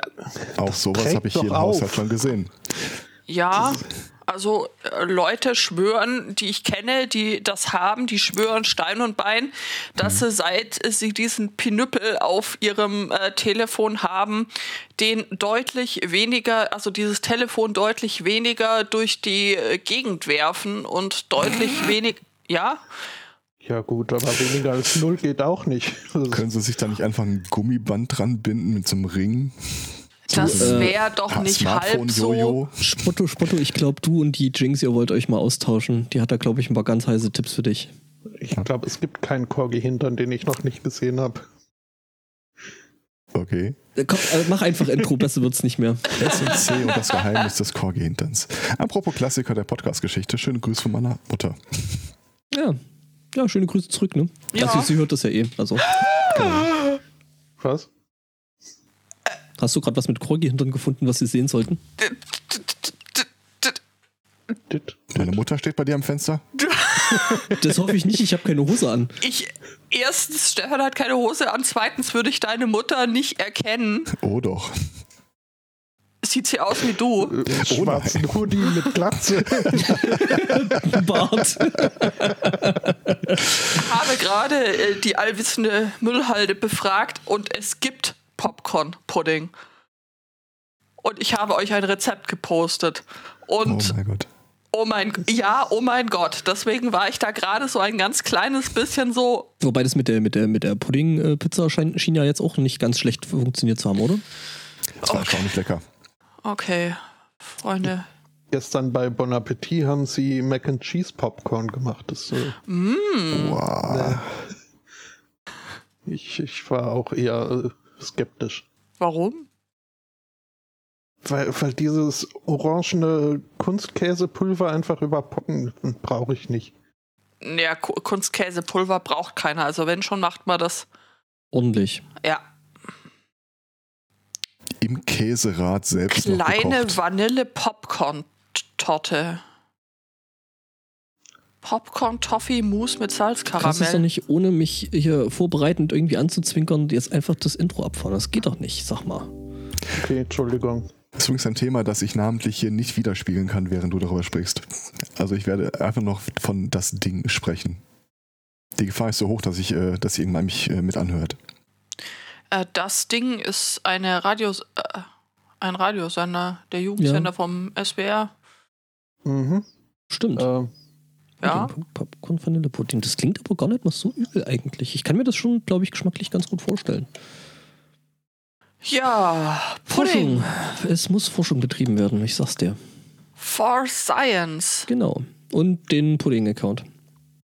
[SPEAKER 1] Auch sowas
[SPEAKER 3] trägt
[SPEAKER 1] habe ich
[SPEAKER 3] doch
[SPEAKER 1] hier im
[SPEAKER 3] auf.
[SPEAKER 1] Haushalt schon gesehen.
[SPEAKER 4] Ja, Also äh, Leute schwören, die ich kenne, die das haben, die schwören Stein und Bein, dass sie seit äh, sie diesen Pinüppel auf ihrem äh, Telefon haben, den deutlich weniger, also dieses Telefon deutlich weniger durch die äh, Gegend werfen und deutlich wenig, ja,
[SPEAKER 3] Ja, gut, aber weniger als null geht auch nicht. Das ist-
[SPEAKER 1] Können Sie sich da nicht einfach ein Gummiband dran binden mit so einem Ring?
[SPEAKER 4] das wäre doch
[SPEAKER 1] Ha-
[SPEAKER 4] nicht halb so.
[SPEAKER 1] ah, Smartphone-Jojo?
[SPEAKER 2] Spotto, Spotto, ich glaube, du und die Jinx, ihr wollt euch mal austauschen. Die hat da, glaube ich, ein paar ganz heiße Tipps für dich.
[SPEAKER 3] Ich glaube, es gibt keinen Corgi-Hintern, den ich noch nicht gesehen habe.
[SPEAKER 1] Okay.
[SPEAKER 2] Äh, Komm, äh, mach einfach Intro, besser wird's nicht mehr.
[SPEAKER 1] S und C und das Geheimnis des Korgi-Hinterns. Apropos Klassiker der Podcast-Geschichte. Schöne Grüße von meiner Mutter.
[SPEAKER 2] Ja. Ja, schöne Grüße zurück, ne?
[SPEAKER 4] Ja.
[SPEAKER 2] Also, sie hört das ja eh. Also,
[SPEAKER 3] Was?
[SPEAKER 2] hast du gerade was mit Korgi hintern gefunden, was sie sehen sollten?
[SPEAKER 3] Dit.
[SPEAKER 1] Meine Mutter steht bei dir am Fenster.
[SPEAKER 2] Das hoffe ich nicht, ich habe keine Hose an.
[SPEAKER 4] Ich, erstens, Stefan hat keine Hose an, zweitens würde ich deine Mutter nicht erkennen.
[SPEAKER 1] Oh doch.
[SPEAKER 4] Sieht sie aus wie du.
[SPEAKER 3] Im Äh,
[SPEAKER 2] Äh,
[SPEAKER 3] schwarzen Hoodie mit Glatze.
[SPEAKER 2] Bart.
[SPEAKER 4] Habe gerade äh, die allwissende Müllhalde befragt und es gibt Popcorn-Pudding. Und ich habe euch ein Rezept gepostet.
[SPEAKER 1] Oh
[SPEAKER 4] Und
[SPEAKER 1] mein Gott.
[SPEAKER 4] oh mein, ja, oh mein Gott. Deswegen war ich da gerade so ein ganz kleines bisschen so.
[SPEAKER 2] Wobei das mit der, mit der, mit der Pudding-Pizza scheint, schien ja jetzt auch nicht ganz schlecht funktioniert zu haben, oder?
[SPEAKER 1] Das war erstaunlich lecker.
[SPEAKER 4] Okay, Freunde.
[SPEAKER 3] Gestern bei Bon Appetit haben sie Mac and Cheese Popcorn gemacht. Das, äh,
[SPEAKER 4] Mm.
[SPEAKER 1] Wow.
[SPEAKER 3] nee. ich, ich war auch eher äh, skeptisch.
[SPEAKER 4] Warum?
[SPEAKER 3] Weil, weil dieses orangene Kunstkäsepulver einfach überpocken brauche ich nicht.
[SPEAKER 4] Naja, Ku- Kunstkäsepulver braucht keiner. Also wenn schon, macht man das.
[SPEAKER 2] Ordentlich.
[SPEAKER 4] Ja.
[SPEAKER 1] Im Käserad selbst noch
[SPEAKER 4] Kleine
[SPEAKER 1] gekocht.
[SPEAKER 4] Vanille-Popcorn-Torte. Popcorn-Toffee-Mousse mit
[SPEAKER 2] Kannst du es doch
[SPEAKER 4] Salzkaramell.
[SPEAKER 2] nicht, ohne mich hier vorbereitend irgendwie anzuzwinkern, jetzt einfach das Intro abfahren? Das geht doch nicht, sag mal.
[SPEAKER 3] Okay, Entschuldigung.
[SPEAKER 1] Das ist übrigens ein Thema, das ich namentlich hier nicht widerspiegeln kann, während du darüber sprichst. Also ich werde einfach noch von das Ding sprechen. Die Gefahr ist so hoch, dass ich, äh, dass irgendwann mich äh, mit anhört.
[SPEAKER 4] Äh, das Ding ist eine Radios äh, ein Radiosender, der Jugendsender vom SWR.
[SPEAKER 3] Mhm.
[SPEAKER 2] Stimmt.
[SPEAKER 3] Ähm,
[SPEAKER 4] Äh, Ja.
[SPEAKER 2] Pudding, Popcorn, Vanillepudding. Das klingt aber gar nicht mal so übel eigentlich. Ich kann mir das schon, glaube ich, geschmacklich ganz gut vorstellen.
[SPEAKER 4] Ja, Pudding
[SPEAKER 2] Forschung. Es muss Forschung betrieben werden, ich sag's dir.
[SPEAKER 4] for Science.
[SPEAKER 2] Genau. Und den Pudding-Account.